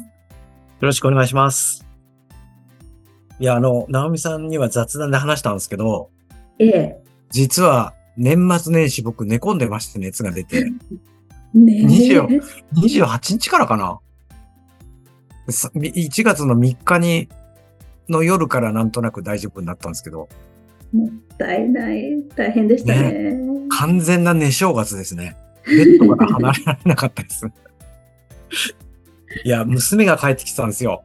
よろしくお願いします。いや、あの、直美さんには雑談で話したんですけど、ええ。実は、年末年始僕寝込んでまして熱が出て。ねえ。28日からかな ?1 月の3日に、の夜からなんとなく大丈夫になったんですけど。もったいない。大変でしたね。ね完全な寝正月ですね。ベッドから離れられなかったです。いや、娘が帰ってきてたんですよ。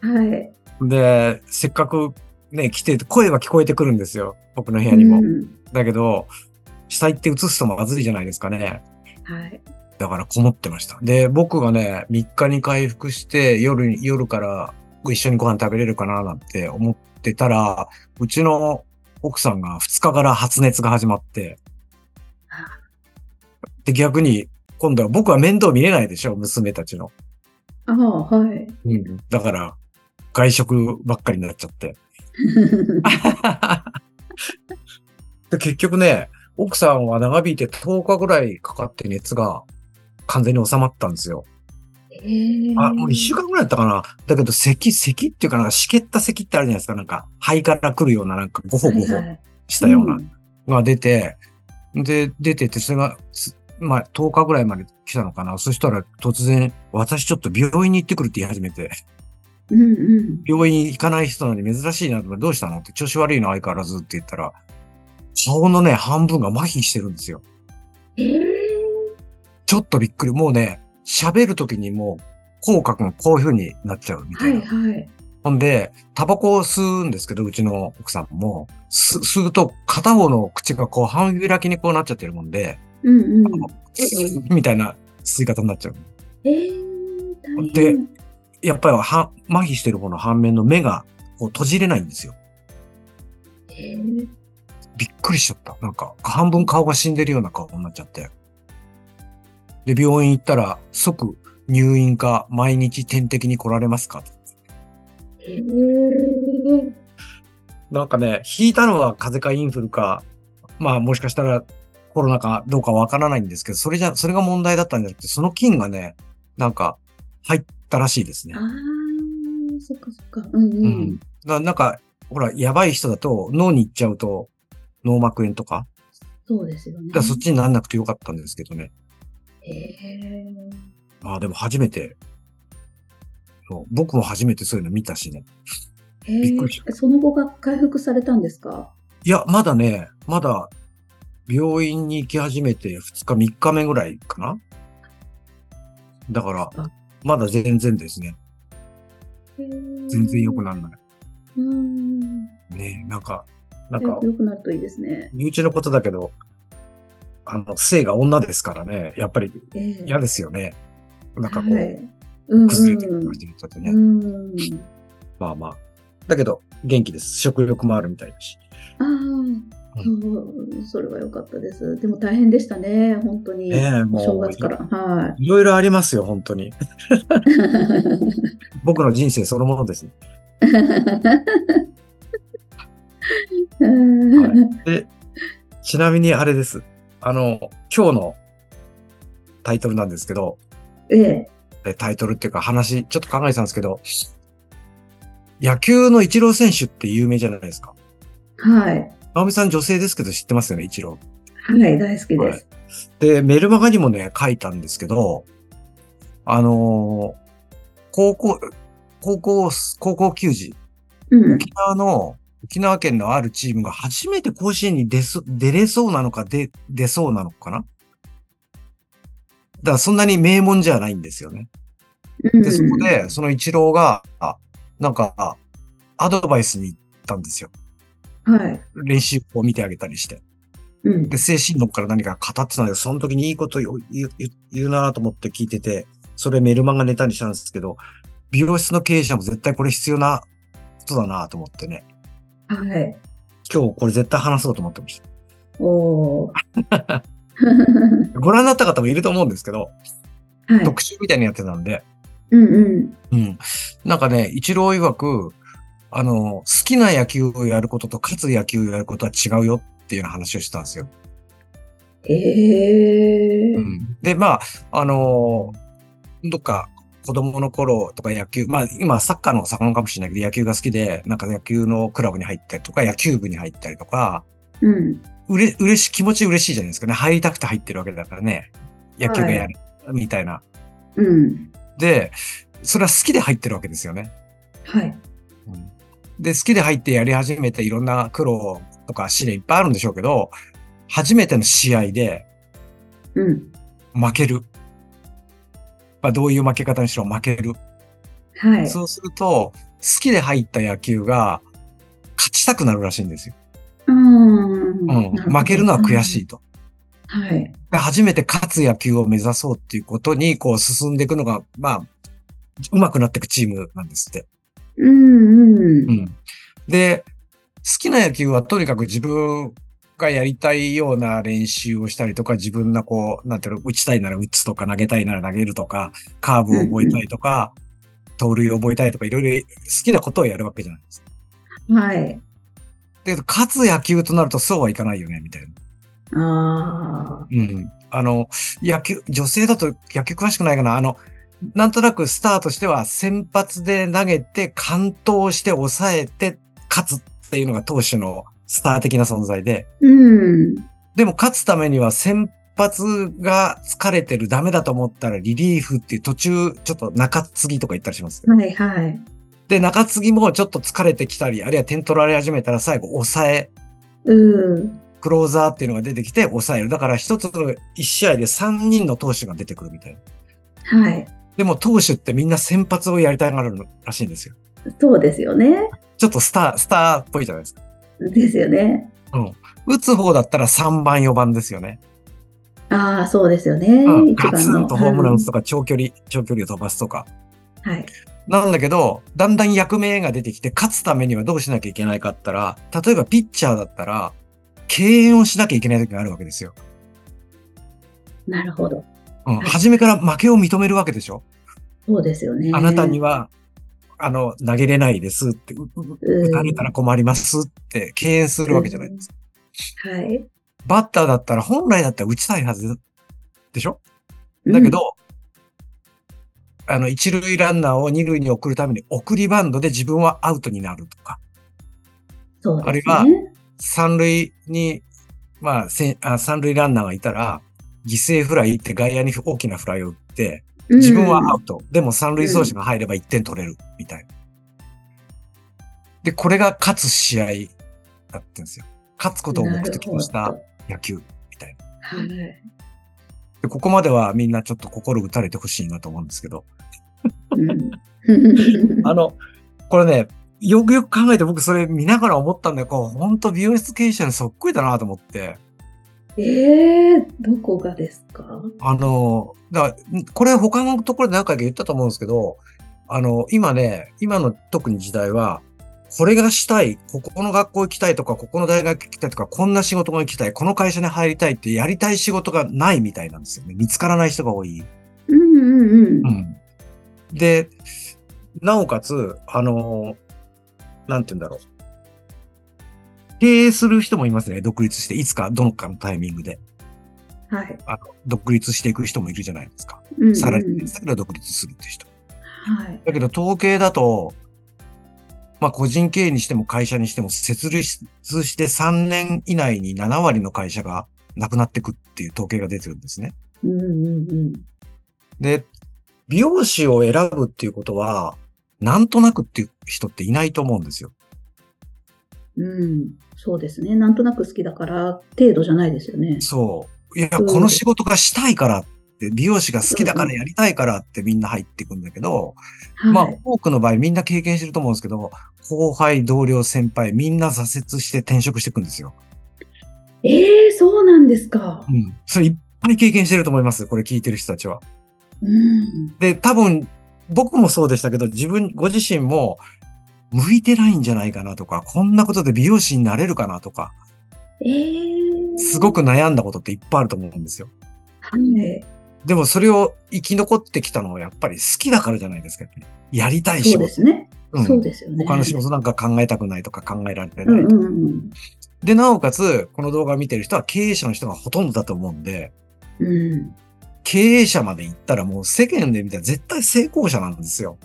はい。で、せっかくね、来て、声は聞こえてくるんですよ。僕の部屋にも。うん、だけど、下行って移すとまずいじゃないですかね。はい。だからこもってました。で、僕がね、3日に回復して、夜、夜から一緒にご飯食べれるかななんて思ってたら、うちの奥さんが2日から発熱が始まって、で、逆に、今度は僕は面倒見れないでしょ、娘たちの。ああ、はい。うん。だから、外食ばっかりになっちゃって。 で結局ね、奥さんは長引いて10日ぐらいかかって熱が完全に収まったんですよ。えー、 あ、もう1週間ぐらいだったかな。だけど、咳、咳っていうかなんか、しけった咳ってあるじゃないですか。なんか、肺から来るような、なんか、ごほごほしたような、はいはいうん、が出て、で、出てて、それが、まあ、10日ぐらいまで来たのかな。そしたら突然、私ちょっと病院に行ってくるって言い始めて。うんうん、病院行かない人なのに珍しいなとか、どうしたのって調子悪いの相変わらずって言ったら、顔のね、半分が麻痺してるんですよ。えー、ちょっとびっくり。もうね、喋るときにもう、口角がこういう風になっちゃうみたいな。はいはい。ほんで、タバコを吸うんですけど、うちの奥さんも、吸うと片方の口がこう半開きにこうなっちゃってるもんで、うんうん、みたいな吸い方になっちゃう。えー、で、やっぱりは麻痺してる方の反面の目がこう閉じれないんですよ。えー、びっくりしちゃった。なんか半分顔が死んでるような顔になっちゃって。で、病院行ったら即入院か毎日点滴に来られますかえー、なんかね、引いたのは風邪かインフルか、まあもしかしたらコロナかどうかわからないんですけど、それじゃ、それが問題だったんじゃなくて、その菌がね、なんか入ったらしいですね。ああ、そっかそっか。うんうん。うん、だなんか、ほら、やばい人だと脳に行っちゃうと脳膜炎とか。そうですよね。だそっちになんなくてよかったんですけどね。へえ。まあでも初めて、僕も初めてそういうの見たしね。びっくりした。その後が回復されたんですかいや、まだね、まだ病院に行き始めて2日、3日目ぐらいかなだから、まだ全然ですね。全然良くならない。うん。ねなんか、なんか、良くなるといいですね。身内のことだけど、あの、性が女ですからね、やっぱり嫌ですよね。なんかこう、はい、崩れてる感じとね。うん。まあまあ。だけど、元気です。食欲もあるみたいだし。ああ。そうそれは良かったです。でも大変でしたね、本当に。ね、も。う正月から。はいいろいろありますよ、本当に。僕の人生そのものですね。はい、でちなみにあれです。あの、今日のタイトルなんですけど、 ええ、タイトルっていうか話、ちょっと考えてたんですけど、野球のイチロー選手って有名じゃないですか。はい。直美さん女性ですけど知ってますよね、一郎。はい、大好きです、はい、で、メルマガにもね、書いたんですけど、あのー、高校、高校、高校球児、うん、沖縄の、沖縄県のあるチームが初めて甲子園に出す、出れそうなのか、出、出そうなのかなだからそんなに名門じゃないんですよね。うん、で、そこで、その一郎が、なんか、アドバイスに行ったんですよ。はい、練習を見てあげたりして。うん、で、精神論から何か語ってたので、その時にいいこと言う言うなと思って聞いてて、それメルマガネタにしたんですけど、美容室の経営者も絶対これ必要なことだなと思ってね。はい。今日これ絶対話そうと思ってまし おー。た。ご覧になった方もいると思うんですけど、はい。特集みたいにやってたんで、うんうん。うん。なんかね、一郎曰く、あの、好きな野球をやることと勝つ野球をやることは違うよっていうような話をしたんですよ。えー。で、まあ、あのどっか子供の頃とか野球、まあ今サッカーの方が盛んかもしれないけど野球が好きで、なんか野球のクラブに入ったりとか、野球部に入ったりとか、うん。うれ、嬉しい、気持ち嬉しいじゃないですかね。入りたくて入ってるわけだからね。野球がやる、みたいな。うん。で、それは好きで入ってるわけですよね。はい。で、好きで入ってやり始めていろんな苦労とか試練いっぱいあるんでしょうけど、初めての試合でうん。負ける。まあ、どういう負け方にしろ負ける。はい。そうすると、好きで入った野球が勝ちたくなるらしいんですよ。うーんうん。負けるのは悔しい。いと。はい。で初めて勝つ野球を目指そうっていうことに、こう進んでいくのが、まあ、上手くなっていくチームなんですって。うんう。うんん。で、好きな野球はとにかく自分がやりたいような練習をしたりとか、自分のこう、なんていうの、打ちたいなら打つとか、投げたいなら投げるとか、カーブを覚えたいとか、盗塁を覚えたいとか、いろいろ好きなことをやるわけじゃないですか。はい。で、勝つ野球となるとそうはいかないよね、みたいな。あうん。あの、野球、女性だと野球詳しくないかな。あの、なんとなくスターとしては先発で投げて、完投して抑えて、勝つっていうのが投手のスター的な存在で。ー。うん。でも勝つためには先発が疲れてる、ダメだと思ったらリリーフっていう途中、ちょっと中継ぎとか言ったりしますけど。はいはい。で、中継ぎもちょっと疲れてきたり、あるいは点取られ始めたら最後抑えうー。クローザーっていうのが出てきて抑える。だから一つの一試合で3人の投手が出てくるみたいな。はい。でも投手ってみんな先発をやりたがるらしいんですよ。そうですよね。ちょっとスター、スターっぽいじゃないですか。ですよね。打つ方だったら3番、4番ですよね。ああ、そうですよね。うん、一番ガのツンとホームラン打つとか、長距離、長距離を飛ばすとか。うんはい。なんだけど、だんだん役名が出てきて、勝つためにはどうしなきゃいけないかって言ったら、例えばピッチャーだったら、敬遠をしなきゃいけない時があるわけですよ。なるほど。うん、初めから負けを認めるわけでしょ。そうですよね。あなたには、あの、投げれないですって、うううん打たれたら困りますって敬遠するわけじゃないですか。はい。バッターだったら、本来だったら打ちたいはずでしょだけど、あの、一塁ランナーを二塁に送るために送りバンドで自分はアウトになるとか、うん、そうですね。ある三塁に、まあ、せんあ三塁ランナーがいたら、犠牲フライって外野に大きなフライを打って、自分はアウト。でも三塁走者が入れば1点取れる、みたいな。で、これが勝つ試合だってんですよ。勝つことを目的とした野球。なるほどはい。でここまではみんなちょっと心打たれてほしいなと思うんですけど、うんあの、これね、よくよく考えて僕それ見ながら思ったんだよ。こう、ほんと美容室経営者にそっくりだなと思って。ええどこがですかあの、だからんこれ他のところで何回か言ったと思うんですけど、あの、今ね、今の特に時代は、これがしたい、ここの学校行きたいとか、ここの大学行きたいとか、こんな仕事が行きたい、この会社に入りたいってやりたい仕事がないみたいなんですよね。見つからない人が多い。うんうんうん。で、なおかつ、あの、なんて言うんだろう。経営する人もいますね。独立して、いつかどのかのタイミングで、はい。独立していく人もいるじゃないですか。うんうんサラリーマンだけど独立するって人。はい。だけど、統計だと、まあ、個人経営にしても会社にしても、設立して3年以内に7割の会社がなくなっていくっていう統計が出てるんですね。うんうんうん。で、美容師を選ぶっていうことは、なんとなくっていう人っていないと思うんですよ。うん、そうですね。なんとなく好きだから、程度じゃないですよね。そう。いや、うんこの仕事がしたいからって、美容師が好きだからやりたいからってみんな入っていくんだけど、はい。まあ多くの場合みんな経験してると思うんですけど、後輩、同僚、先輩、みんな挫折して転職していくんですよ。ええそうなんですかう。ん。それいっぱい経験してると思います。これ聞いてる人たちは。うん。で、多分、僕もそうでしたけど、自分、ご自身も、向いてないんじゃないかなとか、こんなことで美容師になれるかなとか、えー、すごく悩んだことっていっぱいあると思うんですよ。はい。でもそれを生き残ってきたのはやっぱり好きだからじゃないですか、ね。やりたい仕そう事。ですね。うんそうですよね。他の仕事なんか考えたくないとか考えられてないとうかんうんうん。で、なおかつ、この動画を見てる人は経営者の人がほとんどだと思うんで、うん。経営者まで行ったらもう世間で見たら絶対成功者なんですよ。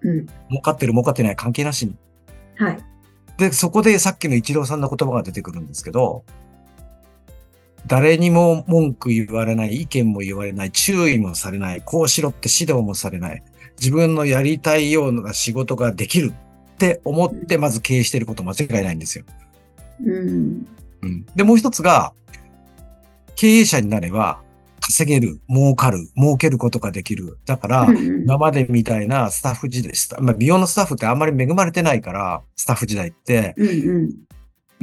うん。儲かってる儲かってない関係なしに。はい。で、そこでさっきの一郎さんの言葉が出てくるんですけど、誰にも文句言われない、意見も言われない、注意もされない、こうしろって指導もされない、自分のやりたいような仕事ができるって思って、まず経営してること間違いないんですよ。うん。うん。で、もう一つが、経営者になれば、稼げる、儲かる、儲けることができる。だから、うんうん今までみたいなスタッフ時代、スタまあ、美容のスタッフってあんまり恵まれてないから、スタッフ時代って、うんうん。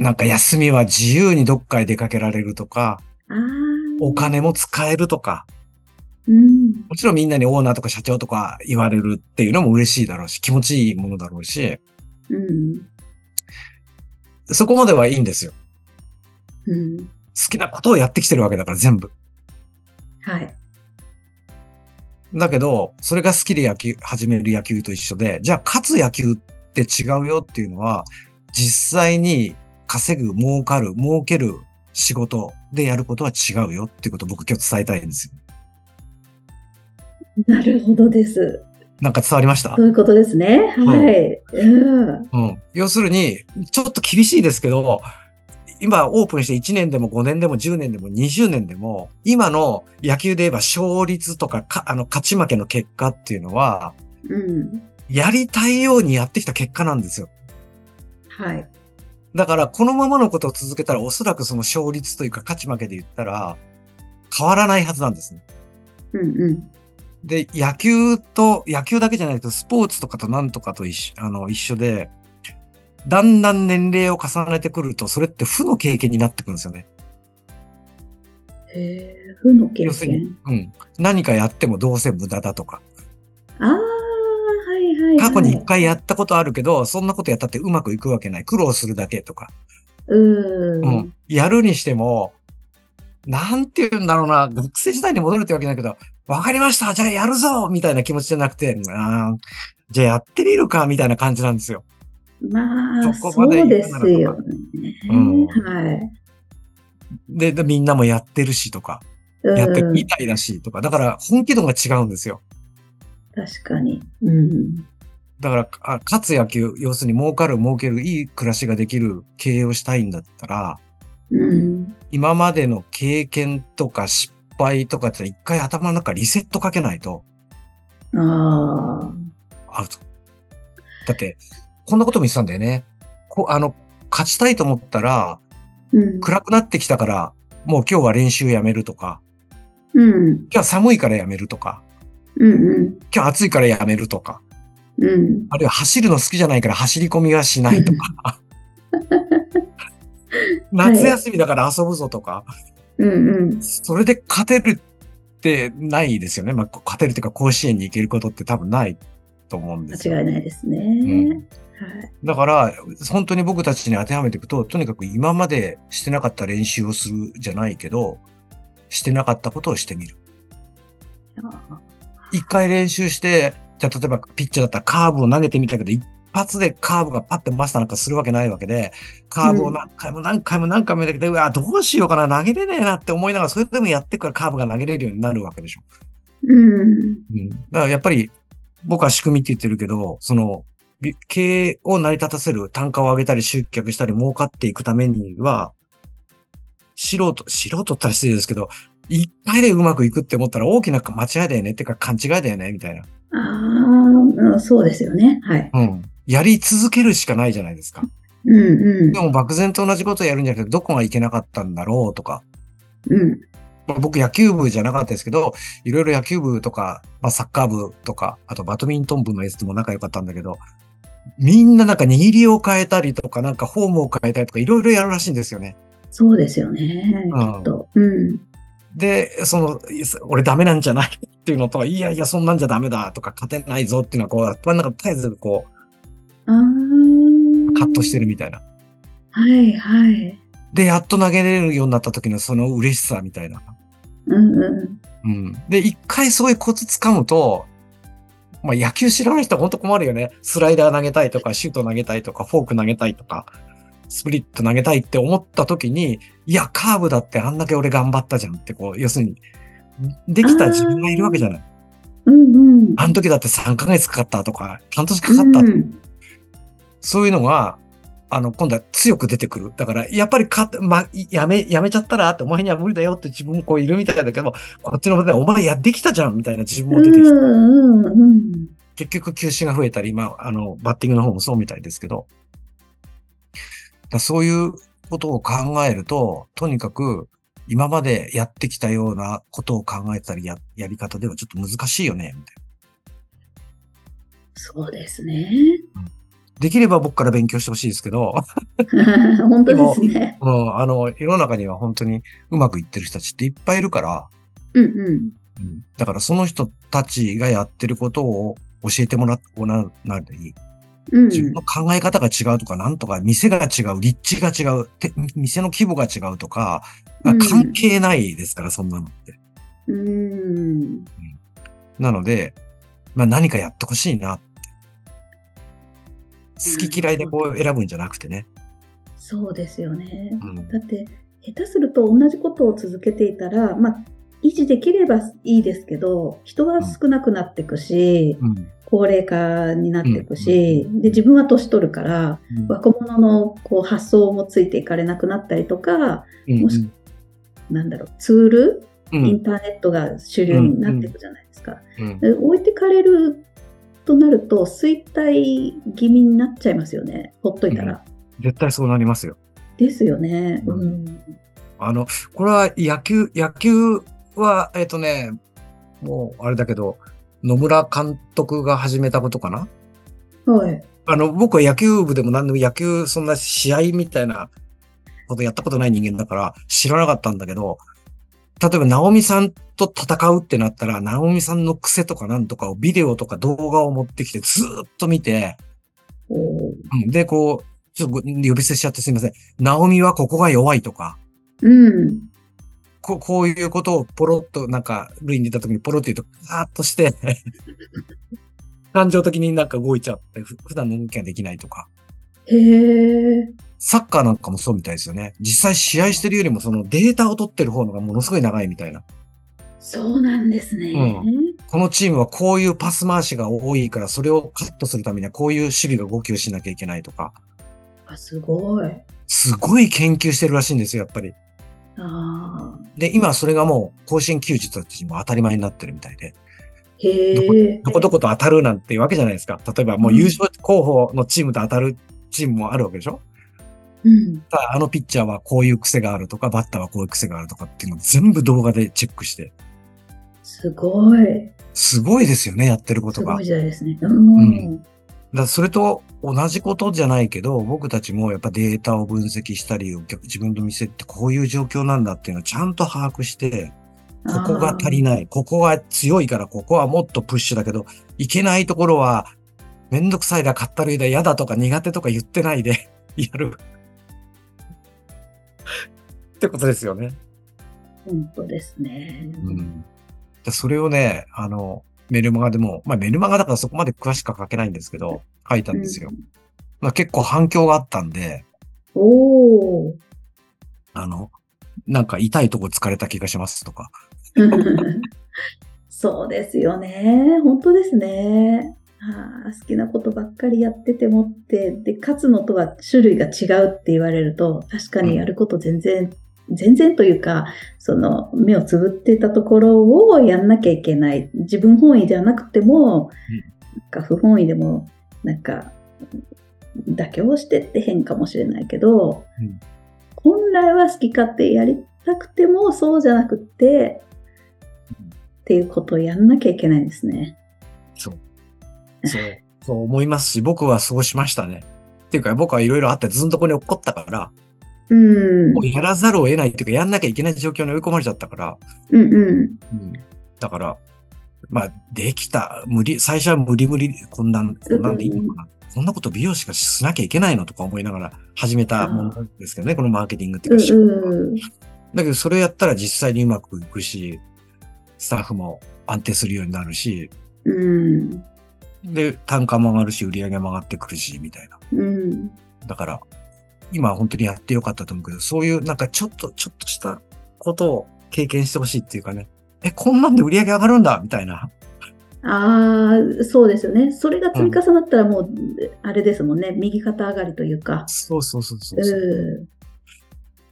なんか休みは自由にどっかへ出かけられるとか、ああ。お金も使えるとか、うん。もちろんみんなにオーナーとか社長とか言われるっていうのも嬉しいだろうし、気持ちいいものだろうし、うん。そこまではいいんですよ。うん。好きなことをやってきてるわけだから全部。はい。だけど、それが好きで野球、始める野球と一緒で、じゃあ勝つ野球って違うよっていうのは、実際に稼ぐ、儲かる、儲ける仕事でやることは違うよっていうことを僕今日伝えたいんですよ。なるほどです。なんか伝わりましたそういうことですね。はい。うん。うん。要するに、ちょっと厳しいですけど、今オープンして1年でも5年でも10年でも20年でも、今の野球で言えば勝率とかかあの、勝ち負けの結果っていうのは、うん。やりたいようにやってきた結果なんですよ。はい。だから、このままのことを続けたら、おそらくその勝率というか勝ち負けで言ったら、変わらないはずなんですね。うんうん。で、野球と、野球だけじゃないと、スポーツとかとなんとかと一緒、あの、一緒で、だんだん年齢を重ねてくると、それって負の経験になってくるんですよね。へえ、負の経要するに験。うん。何かやってもどうせ無駄だとか。ああ、はいはい、はい。過去に一回やったことあるけど、そんなことやったってうまくいくわけない。苦労するだけとか。うー。うんん。やるにしても、なんて言うんだろうな、学生時代に戻るってわけだけど、わかりましたじゃあやるぞみたいな気持ちじゃなくて、あーじゃあやってみるかみたいな感じなんですよ。まあ、そそこまでう言でうすならよね。うんはい。で、でみんなもやってるしとか、うんやってるみたいだしとか、だから本気度が違うんですよ。確かに。うん。だから、あ勝つ野球、要するに儲かる、儲ける、いい暮らしができる経営をしたいんだったら、うん。今までの経験とか失敗とかって一回頭の中リセットかけないと、ああ。アウト。だって、こんなことも言ってたんだよね。こう、あの、勝ちたいと思ったら、うん。暗くなってきたから、もう今日は練習やめるとか、うん。今日は寒いからやめるとか、うん。今日暑いからやめるとか、うん。うん。あるいは走るの好きじゃないから走り込みはしないとか、 夏休みだから遊ぶぞとか、うん。うん。それで勝てるってないですよね。まあ、勝てるっていうか甲子園に行けることって多分ないと思うんですよ。間違いないですね。んはい。だから、本当に僕たちに当てはめていくと、とにかく今までしてなかった練習をするじゃないけど、してなかったことをしてみる。あ一回練習して、じゃあ例えばピッチャーだったらカーブを投げてみたけど、一発でカーブがパッてマスターなんかするわけないわけで、カーブを何回も何回も何回も投げて、うわ、どうしようかな、投げれねえなって思いながら、それでもやってくからカーブが投げれるようになるわけでしょ。うん。うん。だからやっぱり、僕は仕組みって言ってるけど、その、び経営を成り立たせる単価を上げたり集客したり儲かっていくためには、素人、素人って言ったら失礼ですけど、一回でうまくいくって思ったら大きな間違いだよねってか勘違いだよねみたいな。ああ、うんそうですよね。はい。うん。やり続けるしかないじゃないですか。うんうんで。も漠然と同じことをやるんじゃなくて、どこがいけなかったんだろうとか、うん。まあ僕野球部じゃなかったですけど、いろいろ野球部とか、まあ、サッカー部とか、あとバドミントン部のやつとも仲良かったんだけど、みんななんか握りを変えたりとか、なんかフォームを変えたりとか、いろいろやるらしいんですよね。そうですよね。きうんっと。うん。で、その、いや俺ダメなんじゃないっていうのと、いやいや、そんなんじゃダメだとか、勝てないぞっていうのは、こう、やっぱりなんか絶えずこあーう、カットしてるみたいな。はいはい。で、やっと投げれるようになった時のその嬉しさみたいな。うんううん。で、一回そういうコツ掴むと、まあ野球知らない人は本当困るよね。スライダー投げたいとか、シュート投げたいとか、フォーク投げたいとか、スプリット投げたいって思った時に、いや、カーブだってあんだけ俺頑張ったじゃんって、こう、要するに、できた自分がいるわけじゃない。ん。うんうん。あの時だって3ヶ月かかったとか、半年かかったとか、うんそういうのが、あの、今度は強く出てくる。だから、やっぱりか、ま、やめ、やめちゃったらって、お前には無理だよって自分もこういるみたいだけど、こっちの方で、お前やってきたじゃんみたいな自分も出てきて、うんうんうん。結局球種が増えたり、今、あの、バッティングの方もそうみたいですけど、だからそういうことを考えると、とにかく、今までやってきたようなことを考えたりや、やり方ではちょっと難しいよね、みたいな。そうですね。 できれば僕から勉強してほしいですけど、 本当ですね。うん、あの、世の中には本当にうまくいってる人たちっていっぱいいるから、うんうん。うん、だからその人たちがやってることを教えてもらおな、なるのに、うん自分の考え方が違うとか、なんとか、店が違う、立地が違う、て店の規模が違うとか、うん関係ないですから、そんなのって。うん。なので、まあ何かやってほしいなって。好き嫌いでこう選ぶんじゃなくてね。そうですよね。うんだって下手すると同じことを続けていたら、まあ、維持できればいいですけど人は少なくなっていくし、うん高齢化になっていくし、うんで自分は年取るからうん若者のこう発想もついていかれなくなったりとかうんもしなんだろうツール、うんインターネットが主流になっていくじゃないですか。うんで置いてかれるとなると衰退気味になっちゃいますよねほっといたら。絶対そうなりますよ。ですよね。ううんんあの、これは野球、野球は、えっ、とね、もうあれだけど、野村監督が始めたことかなはい、あの、僕は野球部でも何でも野球、そんな試合みたいなことやったことない人間だから知らなかったんだけど、例えば、ナオミさんと戦うってなったら、ナオミさんの癖とかなんとかをビデオとか動画を持ってきてずーっと見て、おーうんで、こう、ちょっとご呼び捨てしちゃってすみません。ナオミはここが弱いとか、うんここういうことをポロッと、なんか、類に出た時にポロッと言うと、ガーッとして、感情的になんか動いちゃって、ふ普段の動きができないとか。へえ。サッカーなんかもそうみたいですよね。実際試合してるよりもそのデータを取ってる方のがものすごい長いみたいな。そうなんですね。このチームはこういうパス回しが多いから、それをカットするためにはこういう守備が動きをしなきゃいけないとか。あ、すごい。すごい研究してるらしいんですよ、やっぱり。ああ。で、今それがもう更新球児たちにも当たり前になってるみたいで。へえ。どこどこと当たるなんていうわけじゃないですか。例えばもう優勝候補のチームと当たるチームもあるわけでしょうん。ただあのピッチャーはこういう癖があるとか、バッターはこういう癖があるとかっていうのを全部動画でチェックして。すごい。すごいですよね、やってることすが。ごいだか時代ですね。うん。うんらそれと同じことじゃないけど、僕たちもやっぱデータを分析したり、お客自分の店ってこういう状況なんだっていうのをちゃんと把握して、ここが足りない。ない、ここは強いから、ここはもっとプッシュだけど、いけないところは、めんどくさいだ、かったるいだ、嫌だとか苦手とか言ってないで、 やる。ってことですよね。本当ですね。うん。でそれをね、あの、メルマガでも、まあメルマガだからそこまで詳しくは書けないんですけど、書いたんですよ。まあ結構反響があったんで、おお。あの、なんか痛いとこ疲れた気がしますとか、 そうですよね。本当ですね。ああ、好きなことばっかりやっててもって、で、勝つのとは種類が違うって言われると、確かにやること全然、全然というか、その、目をつぶってたところをやんなきゃいけない。自分本位ではなくても、なんか不本意でも、なんか、妥協してって変かもしれないけど、うん本来は好き勝手やりたくても、そうじゃなくって、っていうことをやんなきゃいけないんですね。そう。そう、そう思いますし、僕はそうしましたね。っていうか、僕はいろいろあってずんとこに落っこったから、うん。もうやらざるを得ないっていうか、やんなきゃいけない状況に追い込まれちゃったから、うんうん。だから、まあ、できた、無理、最初は無理無理、こんなん、こんなんでいいのかな。こんなこと美容師がしなきゃいけないのとか思いながら始めたものなんですけどね、このマーケティングっていうか、うんうん、だけどそれやったら実際にうまくいくし、スタッフも安定するようになるし、うん。で、単価も上がるし、売り上げも上がってくるし、みたいな。うん。だから、今本当にやってよかったと思うけど、そういうなんかちょっと、ちょっとしたことを経験してほしいっていうかね、え、こんなんで売り上げ上がるんだみたいな。ああ、そうですよね。それが積み重なったらもう、あれですもんね。右肩上がりというか。そうそうそうそううそう。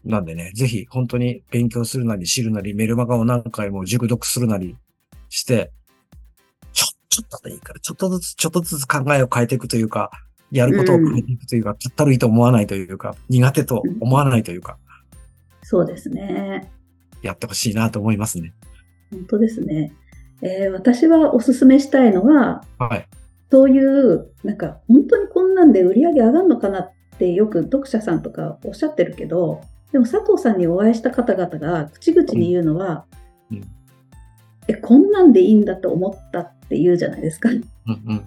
ん。なんでね、ぜひ本当に勉強するなり、知るなり、メルマガを何回も熟読するなりして、ちょ、ちょっとでいいから、ちょっとずつ、ちょっとずつ考えを変えていくというか、やることを変えていくというか、かったるいと思わないというか、苦手と思わないというか、そうですね。やってほしいなと思いますね。本当ですね。えー私はおすすめしたいのは、はい。そういう、なんか、本当にこんなんで売り上げ上がるのかなってよく読者さんとかおっしゃってるけど、でも佐藤さんにお会いした方々が口々に言うのは、うんうんえ、こんなんでいいんだと思ったって言うじゃないですか。 うん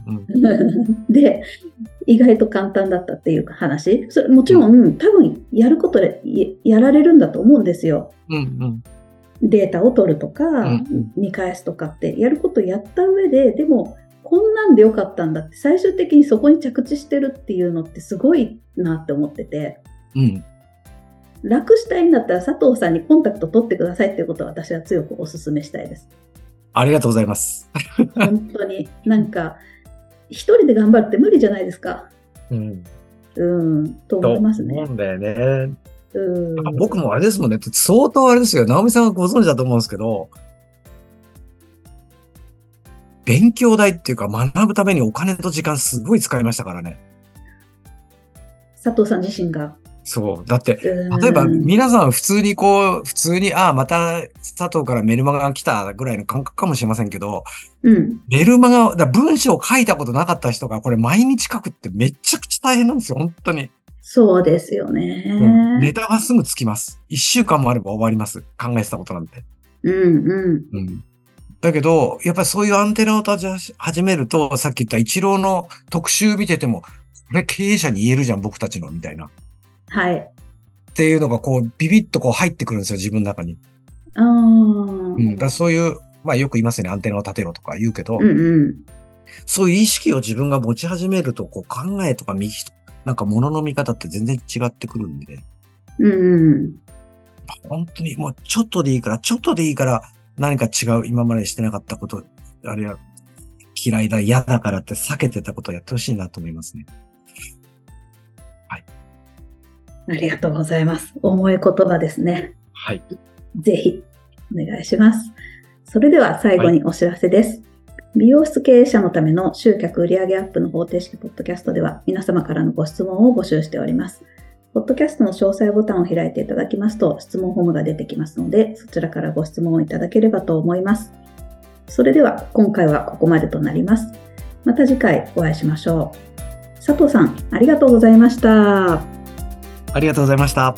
うんうん。で、意外と簡単だったっていう話。それもちろん、多分やることでややられるんだと思うんですよ。うんデータを取るとか、ん見返すとかって、やることやった上で、でも、こんなんでよかったんだって、最終的にそこに着地してるっていうのってすごいなって思ってて、うん。うん。楽したいんだったら佐藤さんにコンタクト取ってくださいっていうことは私は強くお勧めしたいです。ありがとうございます。本当 に。なんか、一人で頑張るって無理じゃないですか。うん。うん、と思いますね。うんだよね。うん。僕もあれですもんね。相当あれですよ。直美さんはご存知だと思うんですけど、勉強代っていうか学ぶためにお金と時間すごい使いましたからね。佐藤さん自身が。そう。だって、うん例えば皆さん普通にこう、普通に、ああ、また佐藤からメルマガが来たぐらいの感覚かもしれませんけど、うん。メルマガ、だから文章を書いたことなかった人がこれ毎日書くってめちゃくちゃ大変なんですよ。本当に。そうですよね。うんネタがすぐつきます。一週間もあれば終わります。考えてたことなんて。うんうん。うん。だけど、やっぱりそういうアンテナを立ち始始めると、さっき言った一郎の特集見てても、これ経営者に言えるじゃん、僕たちの、みたいな。っはい。ていうのがこう、ビビッとこう入ってくるんですよ、自分の中に。ああ。うんうん。だからそういう、まあよく言いますよね、アンテナを立てろとか言うけど、うん。そういう意識を自分が持ち始めると、こう考えとか右と、なんか物の見方って全然違ってくるんで、うんうん。本当にもうちょっとでいいから、ちょっとでいいから、何か違う、今までしてなかったこと、あれは嫌いだ、嫌だからって避けてたことをやってほしいなと思いますね。ありがとうございます。重い言葉ですね。はい。ぜひ、お願いします。それでは最後にお知らせです。美容室経営者のための集客売上アップの方程式ポッドキャストでは皆様からのご質問を募集しております。ポッドキャストの詳細ボタンを開いていただきますと質問フォームが出てきますのでそちらからご質問をいただければと思います。それでは今回はここまでとなります。また次回お会いしましょう。佐藤さん、ありがとうございました。ありがとうございました。